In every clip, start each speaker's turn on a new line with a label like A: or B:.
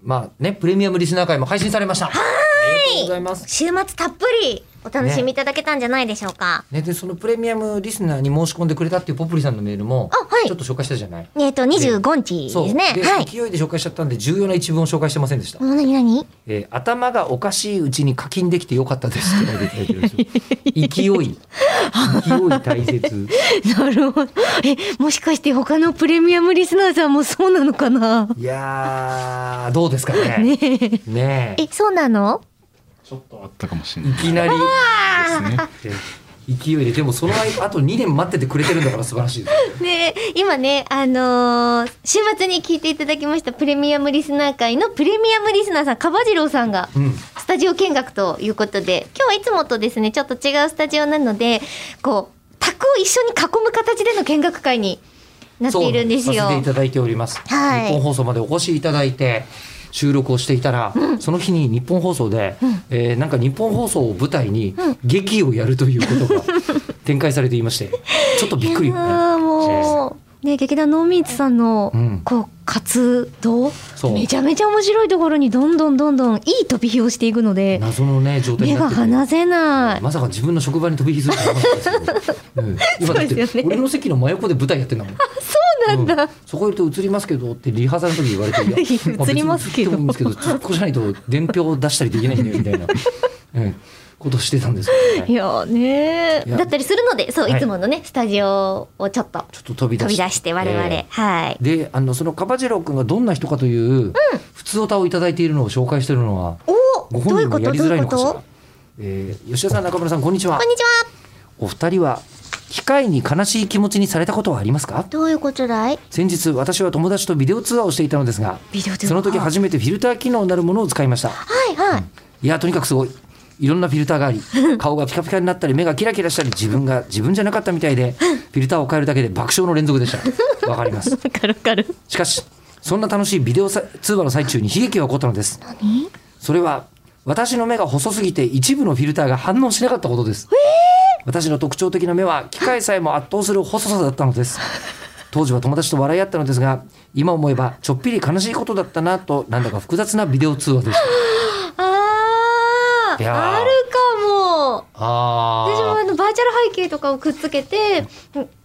A: まあね、プレミアムリスナー会も配信されました。はい。ありがとうございます。
B: 週末たっぷりお楽しみいただけたんじゃないでしょうか。
A: ね、で、そのプレミアムリスナーに申し込んでくれたっていうポプリさんのメールも、
B: あはい
A: ちょっと紹介したじゃない。
B: えっと、25日です
A: そう
B: ね。
A: で
B: はい。
A: 勢いで紹介しちゃったんで、重要な一文を紹介してませんでした。
B: なになに
A: えー頭がおかしいうちに課金できてよかったですって書いていただいてるんです よ。勢い。勢い大切。
B: なるほど。え、もしかして他のプレミアムリスナーさんもそうなのかない
A: やー、どうですかね。ねえ。
B: え、そうなの
C: ちょっとあったかもしれない
A: い
C: で
A: きなり、
C: すね。
A: 勢いで、でもその間あと2年待っててくれてるんだから素晴らしいですよ。
B: ね今ね、あのー週末に聞いていただきましたプレミアムリスナー会のプレミアムリスナーさん、かばじろうさんが、
A: うん。
B: スタジオ見学ということで、今日はいつもとですね、ちょっと違うスタジオなので、こう、卓を一緒に囲む形での見学会になっているんです
A: そう
B: よ。
A: させていただいております、
B: はい
A: 日本放送までお越しいただいて収録をしていたら、その日に日本放送で、えーなんか日本放送を舞台に劇をやるということ が展開されていましてちょっとびっくりよ
B: いやー
A: ね。
B: もう、ね、劇団ノーミーツさんの、
A: うん
B: こう活動
A: そう
B: めちゃめちゃ面白いところにどんどんどんどんいい飛び火をしていくので
A: 謎のね状態に
B: 目
A: な
B: が
A: ってて
B: 離せない。
A: まさか自分の職場に飛び火するとは思わなかったですけど、うん今だっ
B: そうです
A: て
B: よね
A: 俺の席の真横で舞台やってんだもん
B: そうなんだ、
A: うんそこいると映りますけどってリハーサルの時に言われていやあ
B: 映りますけど
A: 別に映ってもいいんですけどそこじゃないと伝票を出したりできないんだよみた いな、うん、ことしてたんですけど、
B: い
A: ね、
B: やーね
A: いや
B: だったりするのでそう、
A: はい
B: い、つものねスタジオをちょっと
A: ちょっと飛び出
B: 飛
A: し
B: び
A: て
B: 出して我々、
A: え
B: はい
A: ーであのそのカバジロー君がどんな人かという、普通歌をいただいているのを紹介しているのは
B: お
A: ご
B: ど
A: 本
B: う
A: 人
B: いう
A: も
B: こと
A: やり
B: ど
A: づ
B: う
A: ら
B: い
A: いうの
B: こ
A: かし
B: と
A: ら、えー吉田さん中村さんこんにちは
B: こんにちは
A: お二人は機械に悲しい気持ちにされたことはありますか
B: どういうことだい
A: 先日私は友達とビデオ通話をしていたのですが
B: ビデオ通話
A: その時初めてフィルター機能なるものを使いました
B: はいはい、
A: いやとにかくすごいいろんなフィルターがあり顔がピカピカになったり目がキラキラしたり自分が自分じゃなかったみたいでフィルターを変えるだけで爆笑の連続でしたわかります
B: わかるわかる
A: しかしそんな楽しいビデオさ通話の最中に悲劇が起こったのですそれは私の目が細すぎて一部のフィルターが反応しなかったことです私の特徴的な目は機械さえも圧倒する細さだったのです当時は友達と笑い合ったのですが今思えばちょっぴり悲しいことだったなとなんだか複雑なビデオ通話でした
B: あ
A: いやー
B: ーあるかも
A: あ
B: 私もあのバーチャル背景とかをくっつけて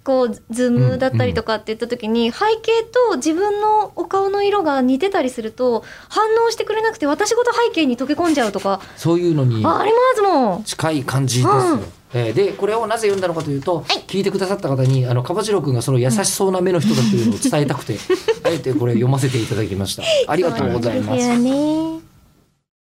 B: こうズームだったりとかって言った時に、背景と自分のお顔の色が似てたりすると反応してくれなくて私ごと背景に溶け込んじゃうとか、
A: そういうのに
B: あありますもん
A: 近い感じですよ。
B: うん
A: えーでこれをなぜ読んだのかというと、聞いてくださった方にあのかばじろう君がその優しそうな目 の人だというのを伝えたくて、あえてこれ読ませていただきました。ありがとうございます。
B: そうなんですよね